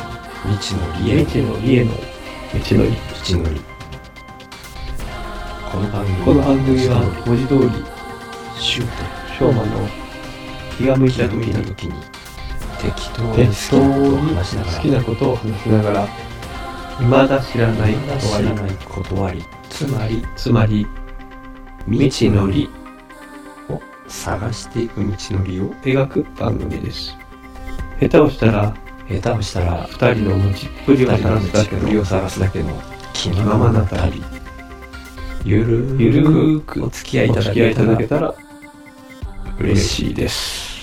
道のり家へ道のりへの道のり道のりこの番組この番組は文字通りシュー昭和の気が向いトた時に時に適当に適当好きになことを話しながら好きなことを話しながら未だ知らない知ら終わない断りつまりりつまり未知のりを探していく道のりを描く番組です下手をしたら下手をしたら二人の持ちっぷりを二人の探すだ道けのりのを探すだけの気のままな旅ゆるゆるーくくお付き合いいおた付だき合いけいたただらけたら嬉嬉ししいいです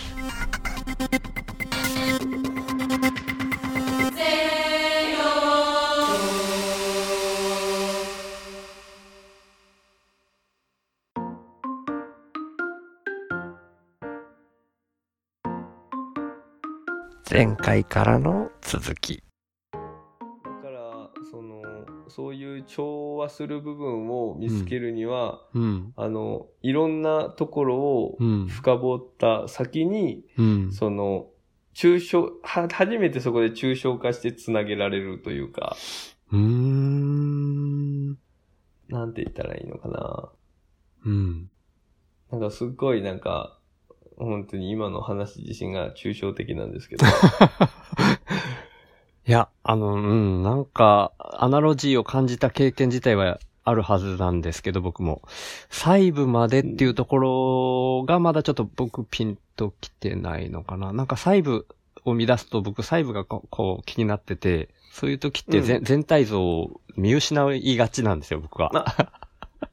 前回からの続きだからそのそういう調和する部分を見つけるには、うんあのいろんなところをうん深掘った先に、うんその抽象は初めてそこで抽象化してつなげられるというかうーんなんて言ったらいいのかなうんなんかすっごいなんか本当に今の話自身が抽象的なんですけどいや、あの、うん、なんか、アナロジーを感じた経験自体はあるはずなんですけど、僕も。細部までっていうところが、まだちょっと僕ピンときてないのかな。なんか細部を乱すと、僕細部がこうこう気になってて、そういう時ってぜ、う全体像を見失いがちなんですよ、僕は。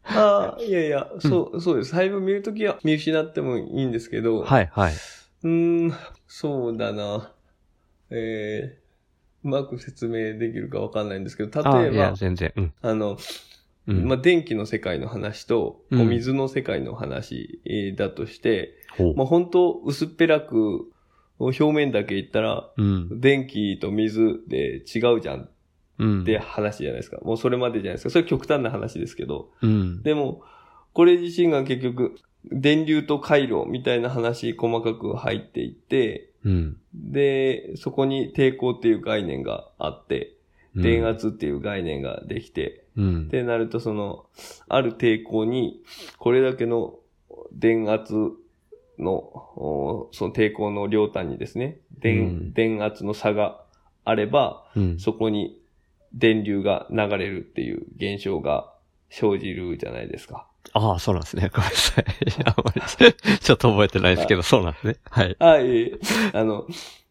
ああいやいやそう,、そうです細部見るときは見失ってもいいんですけど、はい、はい。うーん、そうだな。えー、うまく説明できるかわかんないんですけど、あ例いえば、や、あ全然。うん。の、うん、まあ、電気の世界の話と、うんお水の世界の話えーだとして、ほうまあ、本当薄っぺらく、表面だけ言ったら、うん。電気と水で違うじゃんっうん。て話じゃないですか。もうそれまでじゃないですか。それ極端な話ですけど。うん。でも、これ自身が結局、電流と回路みたいな話細かく入っていって、うん。で、そこに抵抗っていう概念があって、電圧っていう概念ができて、うん。ってなるとその、ある抵抗に、これだけの電圧の、おその抵抗の両端にですね、電、うん電圧の差があれば、うん。そこに電流が流れるっていう現象が生じるじゃないですか。ああ、そうなんですね。ごめんなさい。あんまり、ちょっと覚えてないですけど、そうなんですね。はい。あ、いえいえ、あの、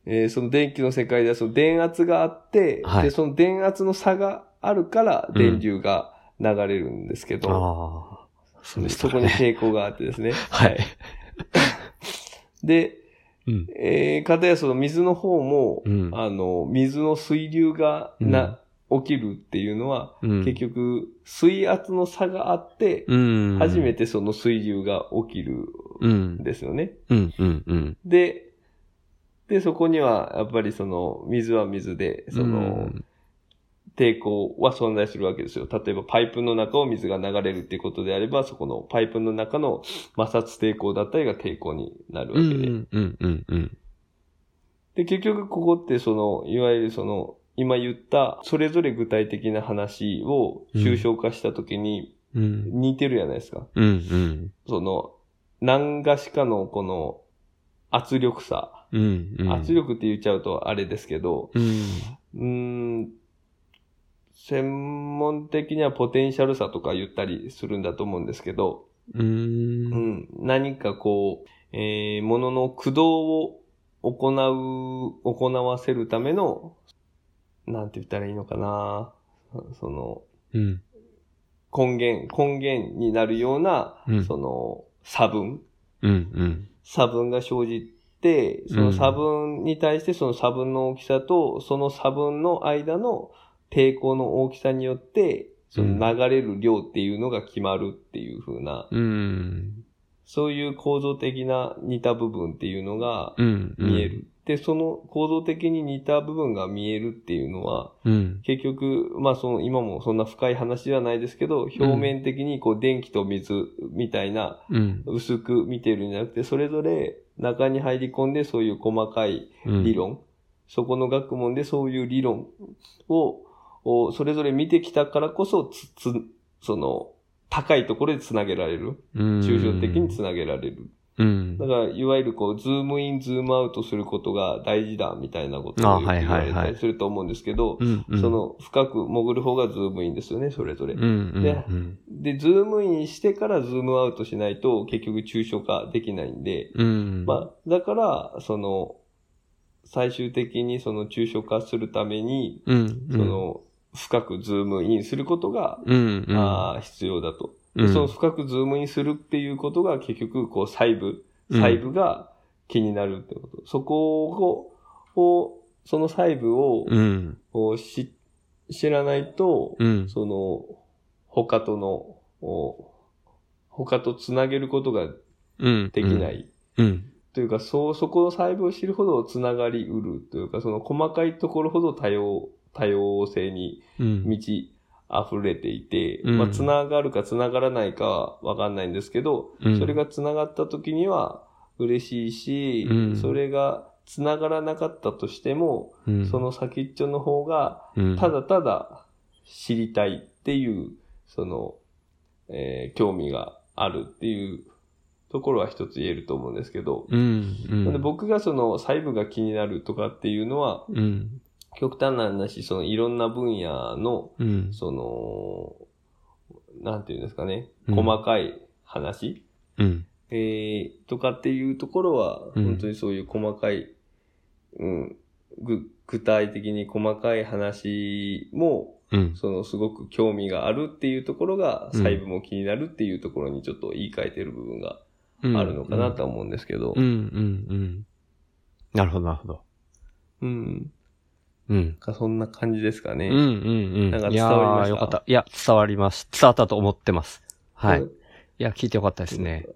えーその電気の世界ではその電圧があって、はいで、その電圧の差があるからうん電流が流れるんですけど、ああ、そうでしたそねこに抵抗があってですね。 はい。 で、うん。えー、かたやその水の方も、うんあの、水の水流がな、起きるっていうのは、うん結、局、水圧の差があって、うん。初めて。てその水流が起きるうんん。ですよね。うん、うん、うん。で、で、そこには、やっぱりその、水は水で、その、抵抗は存在するわけですよ。例えば、パイプの中を水が流れるっていうことであれば、そこのパイプの中の摩擦抵抗だったりが抵抗になるわうけん、で。うん、うん、うん、うん。で、結局、ここって、その、いわゆるその、今言った、それぞれ具体的な話を抽象化したときに、うん、似てるじゃないですか。うん、うん。その、何がしかのこの、圧力差。うん、うん。圧力って言っちゃうとあれですけど、うん。うーん専門的にはポテンシャル差とか言ったりするんだと思うんですけど、う。うんん、何かこう、えー、ものの駆動を行う、行わせるための、なんて言ったらいいのかなその、うん。根源、根源になるような、うんその、差分、うん、うん。差分が生じて、その差分に対してその差分の大きさと、その差分の間の抵抗の大きさによって、その流れる量っていうのが決まるっていう風な、うん。そういう構造的な似た部分っていうのがうん。見える。。で、その構造的に似た部分が見えるっていうのは、うん。結局、まあその今もそんな深い話ではないですけど、表面的にこう電気と水みたいな、うん。薄く見てるんじゃなくて、それぞれ中に入り込んでそういう細かい理論、そこの学問でそういう理論を、をそれぞれ見てきたからこそ、つ、つ、その、高いところでつなげられる。抽象的につなげられる。うんだ。から、いわゆるこう、ズームイン、ズームアウトすることが大事だ、みたいなことあをよくはい言はわいはいれたりすると思うんですけど、うんうんそ、の、深く潜る方がズームインですよね、それぞれ。うんうんうんで、ズームインしてからズームアウトしないと、結局抽象化できないんで、うん。まあ、だから、その、最終的にその抽象化するために、うん、うんそ、の、深くズームインすることが、うん、うん。あー必要だと。うん、その深くズームインするっていうことが結局、こう、細部、うん細部が気になるってこと。そこを、をその細部を、うん、こうし知らないと、うん。その、他との、お他とつなげることがうん。できな。い。うん。というか、そう、そこの細部を知るほどつながりうるというか、その細かいところほど多様、多様性にうん。満ち溢れていて、うんまあ、つながるかつながらないかはわかんないんですけど、うんそれがつながった時には嬉しいし、うんそれがつながらなかったとしても、うん、その先っちょの方がうん、ただただ知りたいっていう、その、えー興味があるっていうところは一つ言えると思うんですけど、うん、うん。なんで僕がその細部が気になるとかっていうのは、うん、極端な話、そのいろんな分野の、うん。その、なんていうんですかね、うん細かい話、うん。えーとかっていうところは、うん本当にそういう細かい、うん、ぐ具体的に細かい話も、うん。そのすごく興味があるっていうところが、うん細部も気になるっていうところにちょっと言い換えてる部分があるのかなとは思うんですけどう、ん、うん、うん。なるほど、なるほど。うん。うん。かそんな感じですかね。うん、うん、うん。なんか伝わりましたいやーよかった。いや、伝わります。伝わったと思ってます。はい。いや、聞いてよかったですね。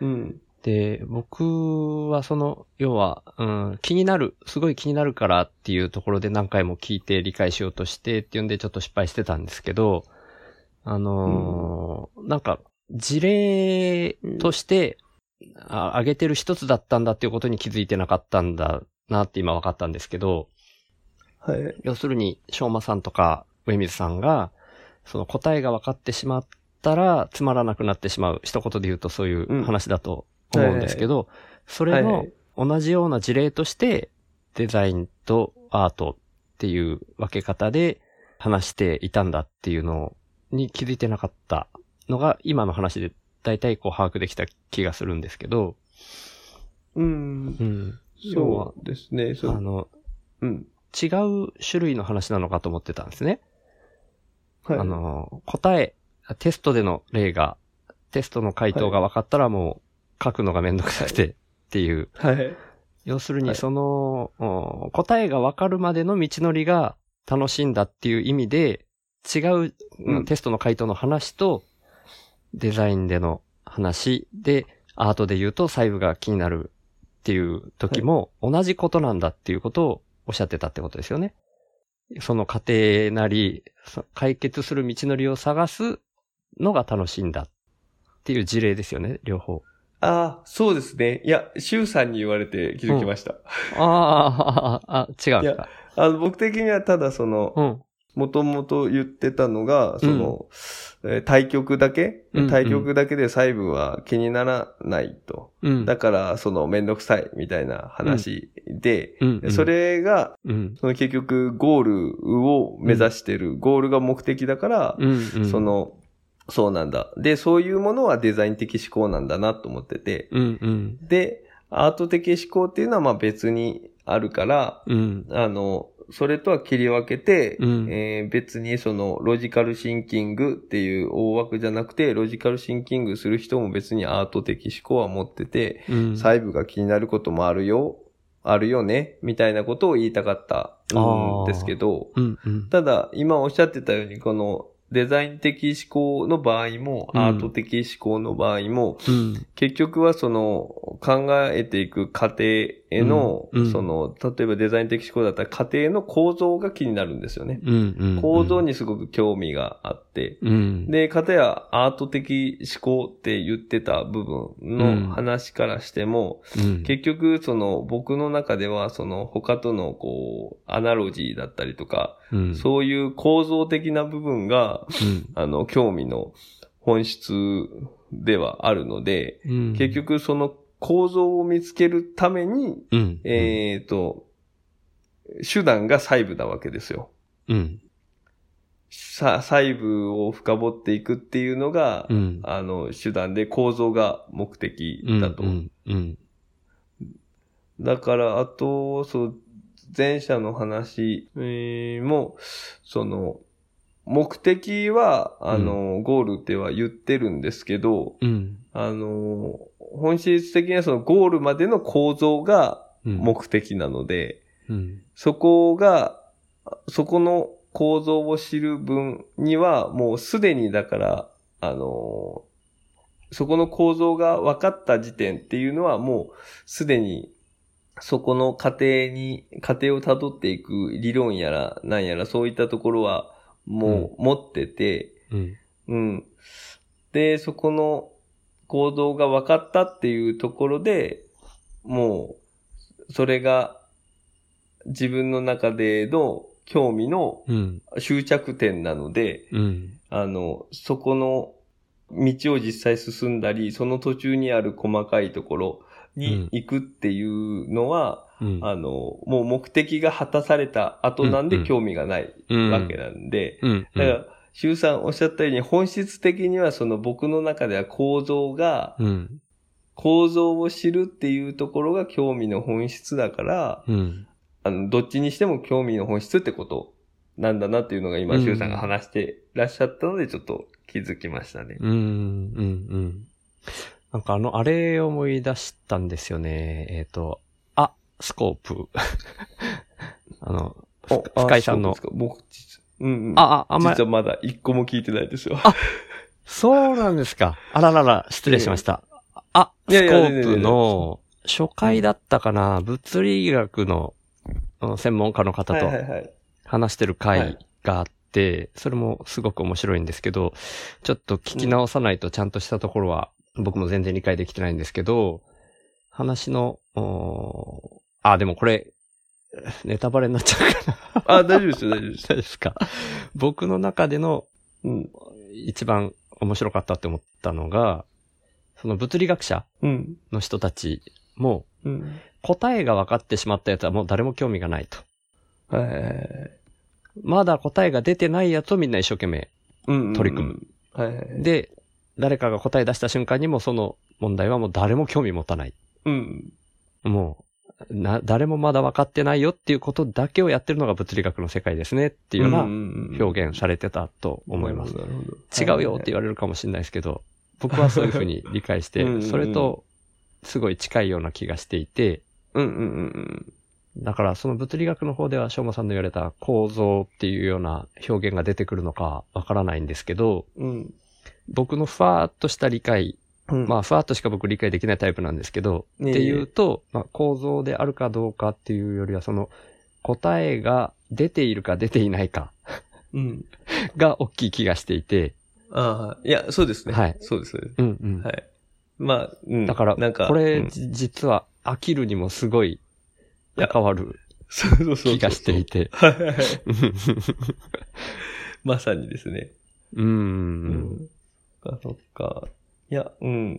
うん。で、僕はその、要は、うん、気になる、すごい気になるからっていうところで何回も聞いて理解しようとしてっていうんでちょっと失敗してたんですけど、あのーなんか、事例として、あ挙げてる一つだったんだっていうことに気づいてなかったんだなって今分かったんですけど、はい。要するに、昌磨さんとか上水さんが、その答えが分かってしまったら、つまらなくなってしまう。一言で言うとそういう話だと思うんですけど、それはいはのい同じような事例として、デザインとアートっていう分け方で話していたんだっていうのに気づいてなかったのが、今の話で大体こう把握できた気がするんですけど、うんう。ん。要はそうですね。そあう。の、うん。違う種類の話なのかと思ってたんですね。はい。あの、答え、テストでの例が、テストの回答が分かったらもう書くのがめんどくさくてっていう、はい。要するはにいその、お答えが分かるまでの道のりが楽しいんだっていう意味で、違う、うんテストの回答の話と、デザインでの話で、アートで言うと細部が気になるっていう時も同じことなんだっていうことをおっしゃってたってことですよね。その過程なり、そ解決する道のりを探すのが楽しいんだっていう事例ですよね、両方。ああ、そうですね。いや、シュウさんに言われて気づきました。あーあ、違うんですか。あの、僕的にはただその、うん。もともと言ってたのが、その、えー対局だけ、うんうん対局だけで細部は気にならないと。うん。だから、その、めんどくさいみたいな話で、うんうんそれが、うん。その結局、ゴールを目指してる、ゴールが目的だから、うん、うん。そ、の、そうなんだ。で、そういうものはデザイン的思考なんだなと思ってて。うん、うん。で、アート的思考っていうのはまあ別にあるから、うん。あの、それとは切り分けて、うんえー別にそのロジカルシンキングっていう大枠じゃなくて、ロジカルシンキングする人も別にアート的思考は持ってて、うん。細部が気になることもあるよ、あるよね、みたいなことを言いたかったあーんですけど、うん、うん。ただ、今おっしゃってたように、このデザイン的思考の場合も、うんアート的思考の場合も、うん。結局はその考えていく過程への、うんうんその、例えばデザイン的思考だったら家庭の構造が気になるんですよね。うんうん。構造、にすごく興味があって、うん。で、かたやアート的思考って言ってた部分うんの話からしても、うん、結局、その僕の中では、その他とのこう、アナロジーだったりとか、うん、そういう構造的な部分が、うん、あの、興味の本質ではあるので、うん。結局その構造を見つけるために、うん、うん。えっ、と、手段が細部なわけですよ。うん、さ細部を深掘っていくっていうのが、うん。あの、手段で構造が目的だと。うん、うん。だから、あと、そう、前者の話、えーも、その、目的は、あの、ゴールっては言ってるんですけど、うん、あの、本質的にはそのゴールまでの構造がうん。目的なので、うん、そこが、そこの構造を知る分には、もうすでにだから、あのーそこの構造が分かった時点っていうのは、もうすでに、そこの過程に、過程を辿っていく理論やら、なんやら、そういったところは、もう持ってて、うん、うん。で、そこの行動が分かったっていうところで、もう、それが自分の中での興味のうん、終着点なので、うん、あの、そこの道を実際進んだり、その途中にある細かいところに行くっていうのは、うん。あの、もう目的が果たされた後なんうんでうん興味がないうん、わけなんで、うん、だから、周さんおっしゃったように、本質的にはその僕の中では構造が、うん、構造を知るっていうところが興味の本質だから、うん、あの、どっちにしても興味の本質ってことなんだなっていうのが今、うん周さんが話してらっしゃったので、ちょっと気づきましたね。うん、うん。なんかあの、あれ思い出したんですよね。えっと、あ、スコープ。あの、おあ深井さんのそうですか僕、実うん、うん。あ、あ、あんまり実、はまだ一個も聞いてないですよ。そうなんですか。あららら、失礼しました。あ、いスやいコやープの初回だったかな、物理学のうん専門家の方はいとはいはい。話してるは回いがあって、それもすごく面白いんですけど、ちょっと聞き直さないとちゃんとしたところは僕も全然理解できてないんですけど、話の、おーあ、でもこれ、ネタバレになっちゃうかな。あ、大丈夫ですよ、大丈夫です。大丈夫ですか。僕の中でのうん。一番面白かったって思ったのが、その物理学者うん。の人たちもうん。答えが分かってしまったやつはもう誰も興味がないと。はいはいはい。まだ答えが出てないやつをみんな一生懸命。うんうんうん取り組む。はいはいはい。で、誰かが答え出した瞬間にもうその問題はもう誰も興味持たない。うん。もう、な、誰もまだ分かってないよっていうことだけをやってるのが物理学の世界ですねっていうような表現されてたと思います。なるほど。違うよって言われるかもしれないですけど、僕はそういうふうに理解し うんうんて、うんそれとすごい近いような気がしていて、うんうんうんだからその物理学の方では、しょうまさんの言われた構造っていうような表現が出てくるのかわからないんですけど、うん。僕のふわーっとした理解、うん。まあふわーっとしか僕理解できないタイプなんですけど、あ、っっていう。と、まあ、構造であるかどうかっていうよりは、その答えが出ているか出ていないかうん。が大きい気がしていて、ああ、いや、そうですね。はいそうです、そうでうんうんす。はい。まあ、うん。だから、なんか、これ、うん じ実は飽きるにもすごいいや関わるそうそうそうそう。気がしていて。はいはいはい。まさにですね。う。。うんそっか、そっか。いや、うん。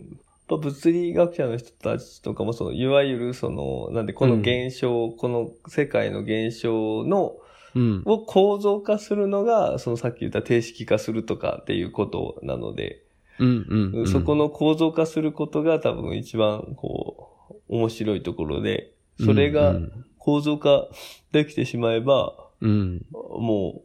やっぱ物理学者の人たちとかも、その、いわゆる、その、なんで、この現象、この世界の現象の、うん。を構造化するのが、そのさっき言った定式化するとかっていうことなので、うん。うん。うんそこ、の構造化することが多分一番こう、面白いところで、それうがん構造化できてしまえば、うん。もう、もう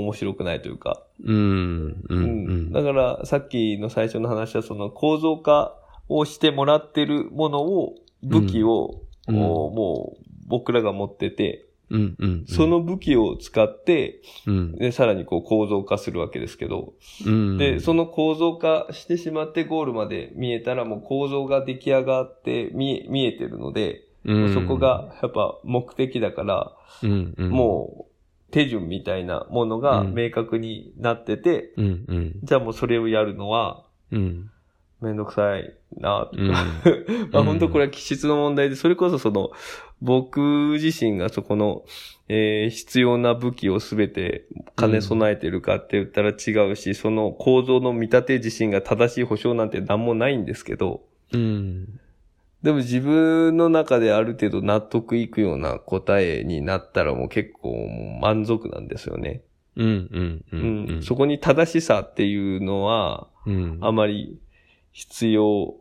面白くないというか、うん。ううんん。だからさっきの最初の話はその構造化をしてもらってるものを、武器を、うこうんもう僕らが持ってて、うん。うん。そ、の武器を使って、うん。でさらにこう構造化するわけですけど、うん。で、その構造化してしまってゴールまで見えたらもう構造が出来上がって見え見えてるので、うんそこ、がやっぱ目的だから、うんうん、もう手順みたいなものがうん明確になってて、う、うんうん、じゃあもうそれをやるのはうん、めんどくさいなとうん、まあ本当これは気質の問題で、それこそその、僕自身がそこの、えー必要な武器をすべて兼ね備えてるかって言ったら違うし、その構造の見立て自身が正しい保証なんて何もないんですけど、うん、でも自分の中である程度納得いくような答えになったらもう結構もう満足なんですよね。うん、うん、うう、んうんん。そこに正しさっていうのは、うん、あまり必要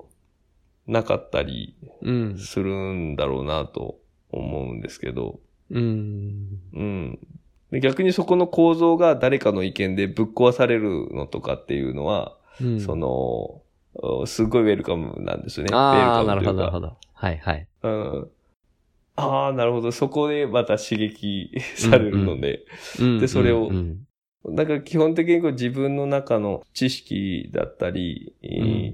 なかったり、うん、するんだろうなと思うんですけど、うん、うん。で逆にそこの構造が誰かの意見でぶっ壊されるのとかっていうのは、うん、その、おすごいウェルカムなんですよね。ああ、ウェなルるカほムど、といなうるかほど。はい、はい。うん。ああ、なるほど。そこでまた刺激されるので。でそれをうん、だから基本的にこう自分の中の知識だったり、えー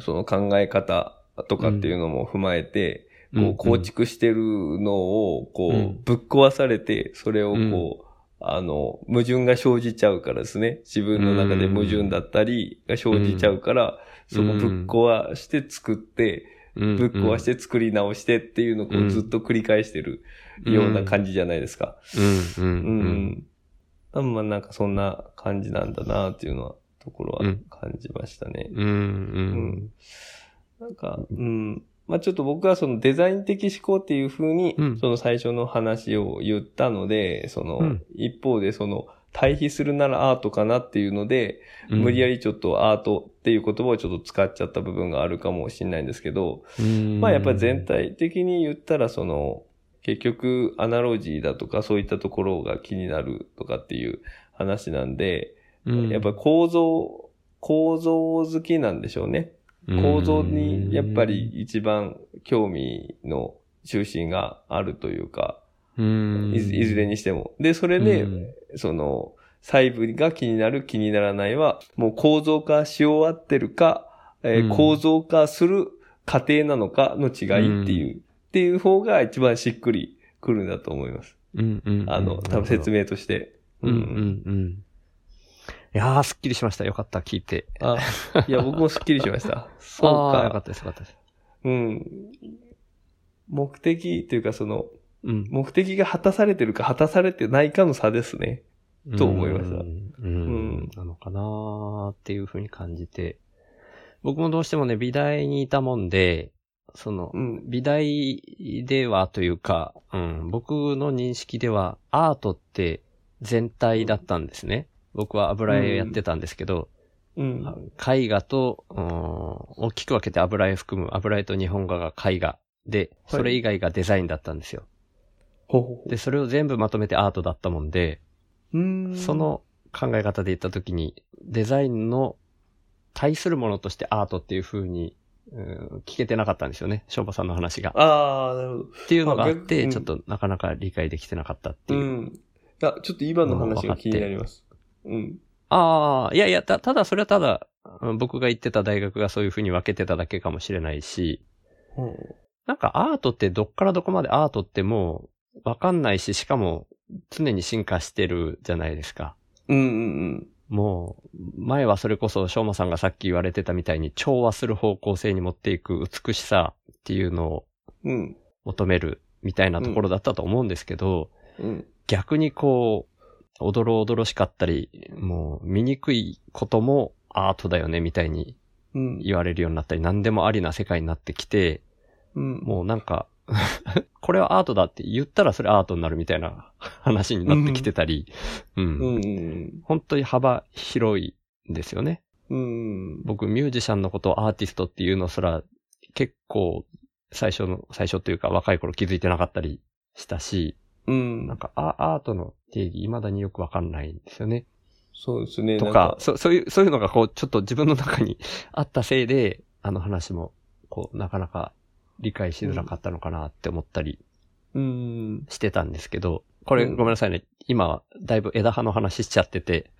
その考え方とかっていうのも踏まえて、うんこう構、築してるのを、こう、うんぶっ壊されて、それをこう、あの、矛盾が生じちゃうからですね。自分の中で矛盾だったりが生じちゃうから、そこうんぶっ壊して作って、ぶぶっ壊して作り直してっていうのをこううんずっと繰り返してるような感じじゃないですか。じ。うん、う、うんうん。ん。多分まあなんかそんな感じなんだなっていうのは、ところはうん感じましたね。うん、うん。なんか、うん。まあちょっと僕はそのデザイン的思考っていう風に、うんその最初の話を言ったので、その、うん一方でその、対比するならアートかなっていうので、無理やり、りちょっとアートっていう言葉をちょっと使っちゃった部分があるかもしれないんですけど、うんまあやっぱり全。体的に言ったらその、結局アナロジーだとかそういったところが気になるとかっていう話なんで、うんやっぱ構造、構造好きなんでしょうね。構造にやっぱり、一番興味の中心があるというか、うんいずいずれにしても。で、それで、うんその、細部が気になる、気にならないは、もう構造化し終わってるか、えーうん構造化する過程なのかの違いっていう、っていう方が一番しっくりくるんだと思います。うん、うん。あの、多分説明。明として。うん、うん、うん。いやー、すっきりしました。よかった、聞いて。あ、いや、僕もすっきりしました。そうあーよかかっ。たです、よかったです。うん。目的というか、その、うん。目的が果たされてるか果たされてないかの差ですね。と思いましたうん。ううんんなのかなーっていうふうに感じて。僕もどうしてもね、美大にいたもんで、その、うん。美大ではというか、うん、僕の認識ではアートって全体だったんですね。僕は油絵やってたんですけど、うん。絵画と、うん大きく分けて油絵含む油絵と日本画が絵画で、それ以外がデザインだったんですよ。ほうほで、それを全部まとめてアートだったもんで、う。うん。そ、の考え方で言ったときに、デザインの対するものとしてアートっていう風に、うん聞けてなかったんですよね。翔馬さんの話が。ああ、なるほど。っていうのがあっあ逆うて、んちょっとなかなか理解できてなかったってういう。ん。いや、ちょっと今の話が気になります。うん。ああ、いやいや、たただそれはただ、うん僕が行ってた大学がそういう風に分けてただけかもしれないし、なんかアートってどっからどこまでアートってもうわかんないし、しかも常に進化してるじゃないですか。うんうんもう、前はそれこそ、しょうまさんがさっき言われてたみたいに、調和する方向性に持っていく美しさっていうのをうん。うん。求めるみたいなところだったと思うんですけど、うん。逆にこう、おどろおどろしかったり、もう、醜いこともアートだよねみたいにうん。言われるようになったり、何でもありな世界になってきて、うん。もうなんか、 これはアートだって言ったらそれアートになるみたいな 話になってきてたり、うん。うんうん本当に幅広いんですよね。うん。僕ミュージシャンのことをアーティストっていうのすら結構最初の、最初というか若い頃気づいてなかったりしたし、うなんん。かアアートの定義未だによくわかんないんですよね。そうですね。となかんそ、 そういう、そういうのがこうちょっと自分の中に あったせいで、あの話もこうなかなか理解しづらかったのかなって思ったりうん。してたんですけど、これうんごめんなさいね。今はだいぶ枝葉の話しちゃってて、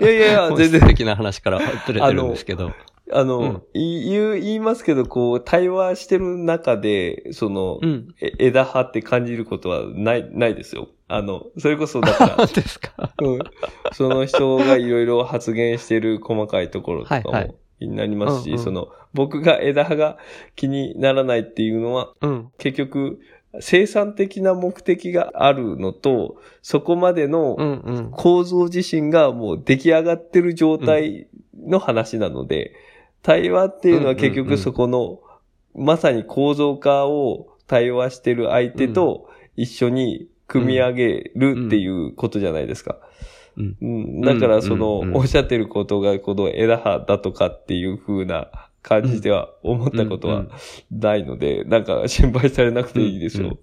いやいやいや、 本質全然。 的な話からずれてるんですけど。あの、うんい言う、言いますけど、こう、対話してる中で、その、うん。え枝葉って感じることはない、ないですよ。あの、それこそ、だから、何 ですかうんその人がいろいろ発言してる細かいところとかはいはいも気になりますし、うんうんその、僕が枝葉が気にならないっていうのは、うん。結局、生産的な目的があるのと、そこまでのうんうん。構造自身がもう出来上がってる状態の話なので、対話っていうのは結うんうんうん局そこの、まさに構造化を対話してる相手と一緒に組み上げるっていうことじゃないですか。うんうんだからその、うんうんうんおっしゃってることがこの枝葉だとかっていう風な感じでは思ったことうはんないので、なんか心配されなくていいですうんうよん。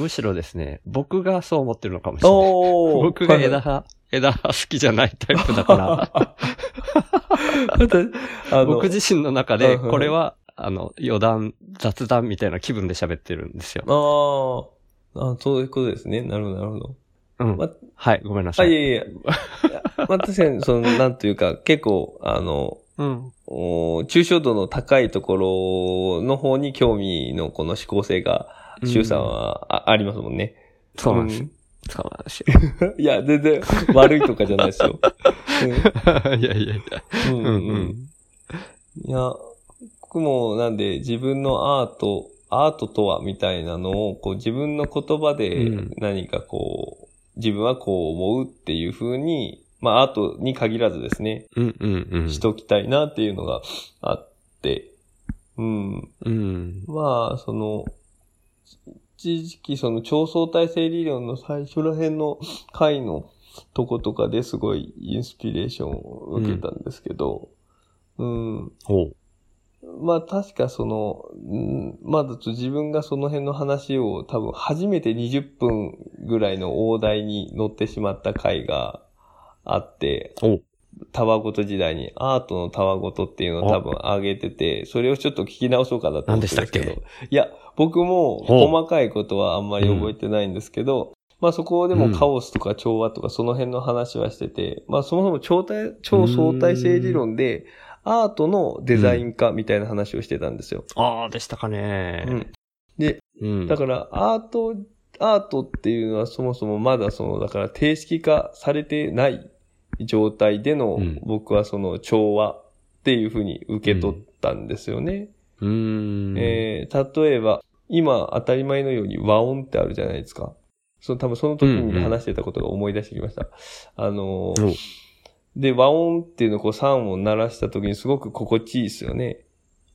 むしろですね、僕がそう思ってるのかもしれない。おー 僕が枝葉、枝葉好きじゃないタイプだから、 あの僕自身の中で、うんうんこれは、あの、余談、雑談みたいな気分で喋ってるんですよ。ああ、あそういうことですね。なるほど、なるほど。うんま。はい、ごめんなあ、さいい。やいやいや。まあ、確かに、その、なんというか、結構、あの、うん。お抽象度の高いところの方に興味のこの思考性が、周さんはあ,、ありますもんね。そうなんです。んそうなんですいや、全然悪いとかじゃないです よ。よ。 いやいやいや。うん、ううんん、ううんん。。いや、僕もなんで自分のアート、アートとはみたいなのを、こう自分の言葉でうん何かこう、自分はこう思うっていう風に、まあアートに限らずですね、うんうんうん。しときたいなっていうのがあって、うん。うん。まあ、その、一時期その超相対性理論の最初ら辺の回のとことかですごいインスピレーションを受けたんですけど、うんほう。まあ確かその、うんまだと自分がその辺の話を多分初めて20分ぐらいの大台に乗ってしまった回があって、おタワゴト時代にアートのタワゴトっていうのを多分上げてて、それをちょっと聞き直そうかなと思ってるんですけ何でど。いや、僕もほう細かいことはあんまり覚えてないんですけど、まあそこでもカオスとか調和とかその辺の話はしてて、まあそもそも超体超相対性理論で、アートのデザイン化みたいな話をしてたんですよ。ああ、でしたかうね。んで、うん。だからアート、アートっていうのはそもそもまだその、だから定式化されてない状態での、うん僕はその調和っていうふうに受け取ったんですよね。うーん。えー例えば、今当たり前のように和音ってあるじゃないですか。その多分その時に話してたことが思い出してきました。あのーおで、和音っていうのをこう3音鳴らした時にすごく心地いいですよね。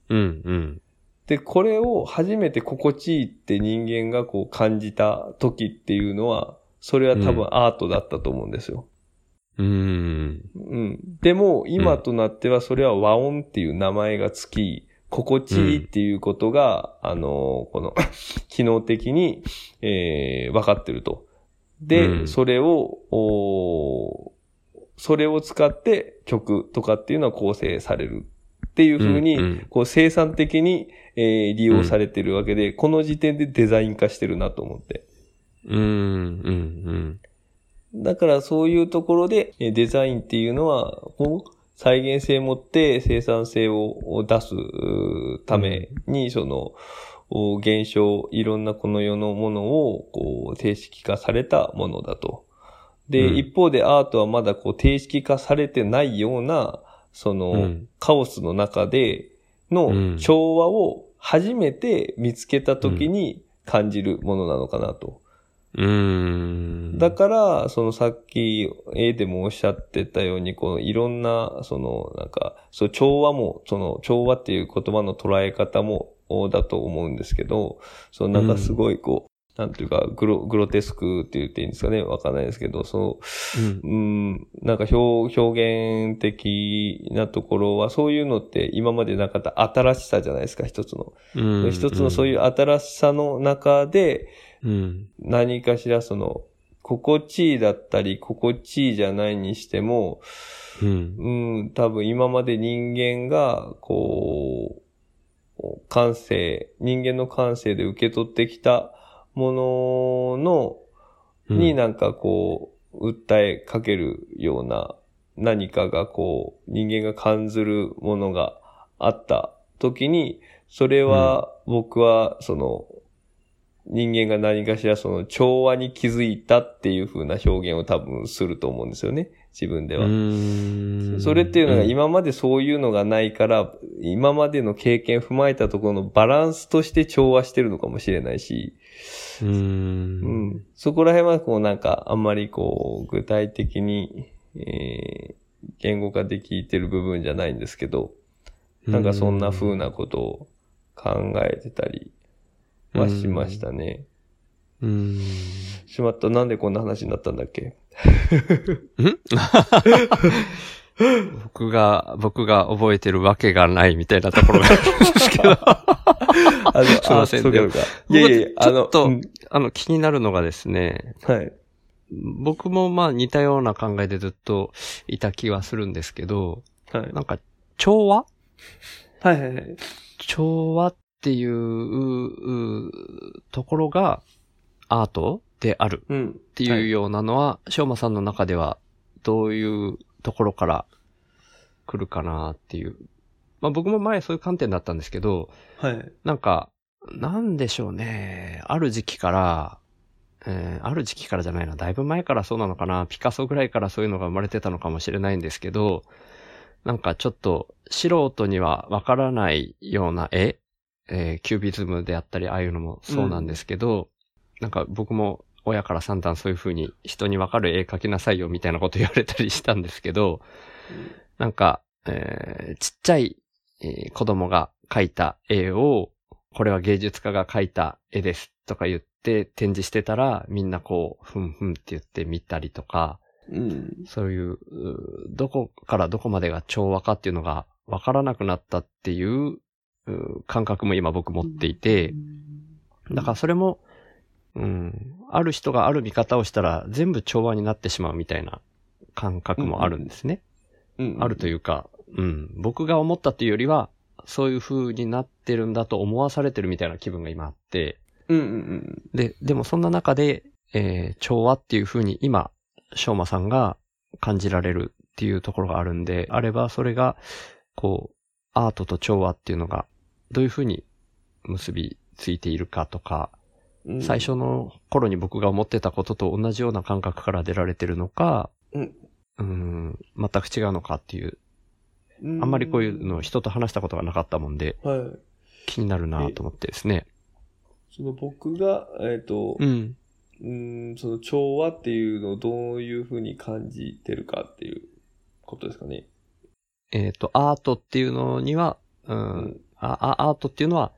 うんうん。で、これを初めて心地いいって人間がこう感じた時っていうのは、それは多分アートだったと思うんですよ。うーん。うん。でも、今となってはそれは和音っていう名前がつき、心地いいっていうことが、あのー この、機能的に、えー、分かってると。で、うんそれを、おーそれを使って曲とかっていうのは構成されるっていう風に、うんうんこう生産的に、えー利用されてるわけで、この時点でデザイン化してるなと思って。うーんうんだからそういうところでえーデザインっていうのは、こう再現性持って生産性をを出すうーために、その、お現象、いろんなこの世のものを、こう、定式化されたものだと。で、うん一方でアートはまだこう、定式化されてないような、その、うん。うんカオスの中でうんの調和を初めて見つけた時に感じるものなのかなと。うーん。だから、そのさっき絵でもおっしゃってたように、このいろんな、そのなんか、そう調和も、その調和っていう言葉の捉え方もおだと思うんですけど、そのなんかすごいこう、なんていうかグロ、グロテスクって言っていいんですかねわかんないですけど、その、うんうん、なんか表表現的なところは、そういうのって今までなかった新しさじゃないですか、一つの。うん一つのそういう新しさの中で、うん。何かしらその、心地いいだったり、心地いいじゃないにしても、うん。うん、多分今まで人間が、こう、感性、人間の感性で受け取ってきたものの、うんになんかこう、訴えかけるような何かがこう、人間が感ずるものがあった時に、それは僕はその、人間が何かしらその調和に気づいたっていう風な表現を多分すると思うんですよね。自分では。んそれっていうのがん今までそういうのがないから、今までの経験踏まえたところのバランスとして調和してるのかもしれないし、う。うんん。そこら辺はこうなんかあんまりこう具体的に、えー言語化できてる部分じゃないんですけど、なんかそんな風なことを考えてたりはしましたね。うん。しまった。なんでこんな話になったんだっけ僕が、僕が覚えてるわけがないみたいなところがあ るんですけど、あの、すいませんあそうかそうか。いでやもいや、あちょのっ、とうんあの、気になるのがですね、はい。僕もまあ似たような考えでずっといた気はするんですけど、はい。なんか、調和はいはいはい。調和っていうううところがアートであるうん。ってはいういようなのは、しょうまさんの中ではどういうところから来るかなっていう。まあ僕も前そういう観点だったんですけど、はい。なんか、なんでしょうね。ある時期から、えーある時期からじゃないな。だいぶ前からそうなのかな。ピカソぐらいからそういうのが生まれてたのかもしれないんですけど、なんかちょっと素人にはわからないような絵、えーキュービズムであったり、ああいうのもそうなんですけど、なんか僕も親から散々そういう風に人にわかる絵描きなさいよみたいなこと言われたりしたんですけど、なんか、えーちっちゃい、えー子供が描いた絵を、これは芸術家が描いた絵ですとか言って展示してたら、みんなこう、ふんふんって言って見たりとか、うん。そういう、うーどこからどこまでが調和かっていうのが分からなくなったっていううー感覚も今僕持っていて、だからそれも、うん、ある人がある見方をしたら全部調和になってしまうみたいな感覚もあるんですね。うんあるとう。いうか、うん、僕が思ったというよりは、そういう風になってるんだと思わされてるみたいな気分が今あって、うんうんで、でもそんな中で、えー調和っていう風に今、昌磨さんが感じられるっていうところがあるんで、あればそれが、こう、アートと調和っていうのが、どういう風に結びついているかとか、うんうん。最初の頃に僕が思ってたことと同じような感覚から出られてるのか、うんうん、全く違うのかっていうう、あんまりこういうのを人と話したことがなかったもんで、はい。気になるなと思ってですね。その僕が、えっ、と、ん。うん、その調和っていうのをどういうふうに感じてるかっていうことですかね。えっ、と、アートっていうのには、う、。うんああアートっていうのは、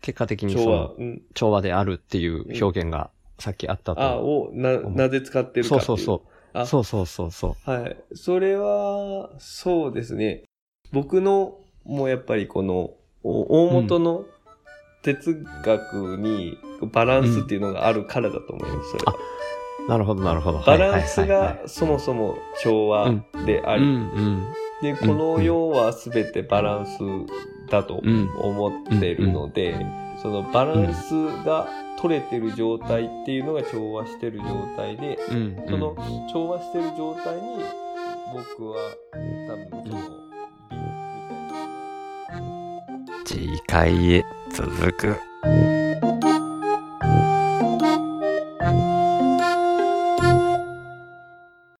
結果的にそ調和の、うん。調和であるっていう表現がさっきあったあと。をな、なぜ使ってるかそってい。うそううそうあ。。そうそうそうそうはい。それは、そうですね。僕の、もうやっぱりこの、お大元の哲学にバランスっていうのがあるからだと思います、それは。う。なるほどなるほど。バランスはいはいはいがそもそも調和であはい、うり、んうん。で、この世は全てバランスだとうん思ってるので、そのバランスが取れてる状態っていうのが調和してる状態で、うん、うん。その調和してる状態に僕は多分その美みたいな。次回へ続く。